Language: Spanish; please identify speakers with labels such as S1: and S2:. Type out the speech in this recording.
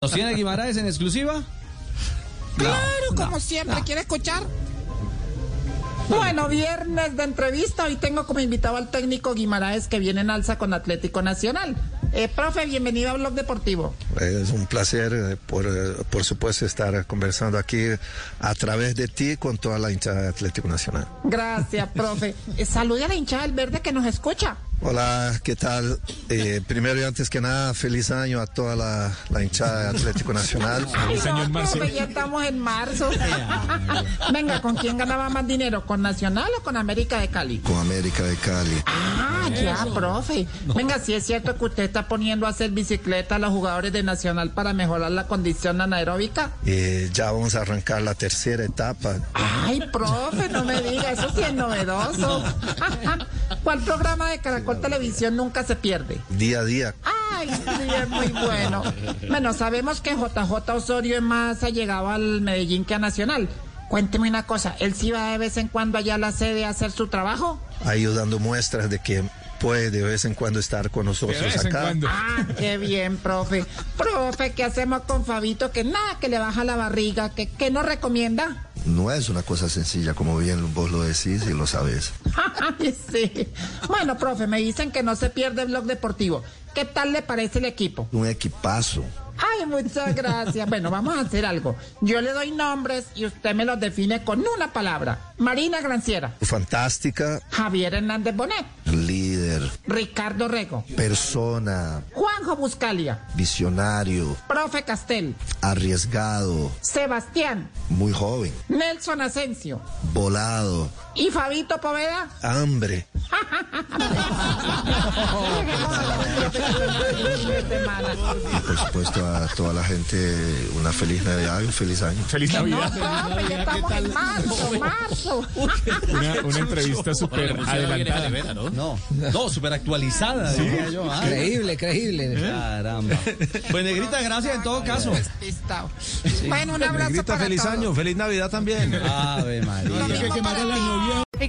S1: ¿Nos tiene Guimaraes en exclusiva?
S2: Claro,
S1: no,
S2: como siempre,
S1: no.
S2: ¿quiere escuchar? Bueno, viernes de entrevista. Hoy tengo como invitado al técnico Guimaraes que viene en alza con Atlético Nacional. Eh, profe, bienvenido a Blog Deportivo.
S3: Es un placer, eh, por, eh, por supuesto, estar conversando aquí a través de ti con toda la hinchada de Atlético Nacional.
S2: Gracias, profe. Eh, salude a la hinchada del verde que nos escucha.
S3: Hola, ¿qué tal? Eh, primero y antes que nada, feliz año a toda la, la hinchada de Atlético Nacional.
S2: Ay, no, profe, ya estamos en marzo. Venga, ¿con quién ganaba más dinero? ¿Con Nacional o con América de Cali?
S3: Con América de Cali.
S2: Ah, ya, profe. Venga, si es cierto que usted está poniendo a hacer bicicleta a los jugadores de Nacional para mejorar la condición anaeróbica.
S3: Eh, ya vamos a arrancar la tercera etapa.
S2: Ay, profe, no me diga, eso sí es novedoso. ¿Cuál programa de Caracol Televisión nunca se pierde?
S3: Día a día,
S2: Ay, sí, es muy bueno. Bueno, sabemos que JJ Osorio es más allegado al Medellín que a Nacional. Cuénteme una cosa, ¿él sí va de vez en cuando allá a la sede a hacer su trabajo?
S3: ayudando muestras de que puede de vez en cuando estar con nosotros Pues acá.
S2: Ah, qué bien, profe. Profe, ¿qué hacemos con Fabito? Que nada, que le baja la barriga, que, que nos recomienda.
S4: No es una cosa sencilla, como bien vos lo decís y lo sabés.
S2: Ay, sí. Bueno, profe, me dicen que no se pierde el blog deportivo. ¿Qué tal le parece el equipo?
S4: Un equipazo.
S2: Ay, muchas gracias. Bueno, vamos a hacer algo. Yo le doy nombres y usted me los define con una palabra. Marina Granciera,
S3: Fantástica,
S2: Javier Hernández Bonet,
S4: Líder,
S2: Ricardo Rego,
S4: persona,
S2: Juanjo Buscalia,
S4: visionario,
S2: profe Castel,
S4: arriesgado,
S2: Sebastián,
S4: muy joven,
S2: Nelson Asensio
S4: volado,
S2: y Fabito Poveda.
S3: hambre.
S4: y por supuesto a toda la gente una feliz Navidad y un feliz año.
S5: Feliz
S2: No,
S5: Navidad.
S2: profe, Ah, pues ya estamos en marzo, marzo.
S5: Una, una entrevista súper adelantada.
S1: ¿no? No, no súper actualizada. diría yo, ah.
S6: Creíble, creíble.
S1: Caramba. Pues Negrita, gracias en todo caso.
S2: Despistado. Bueno, un abrazo
S7: Negrita,
S2: para
S7: feliz
S2: todos.
S7: año, feliz Navidad también.
S1: Ave María.
S8: Hey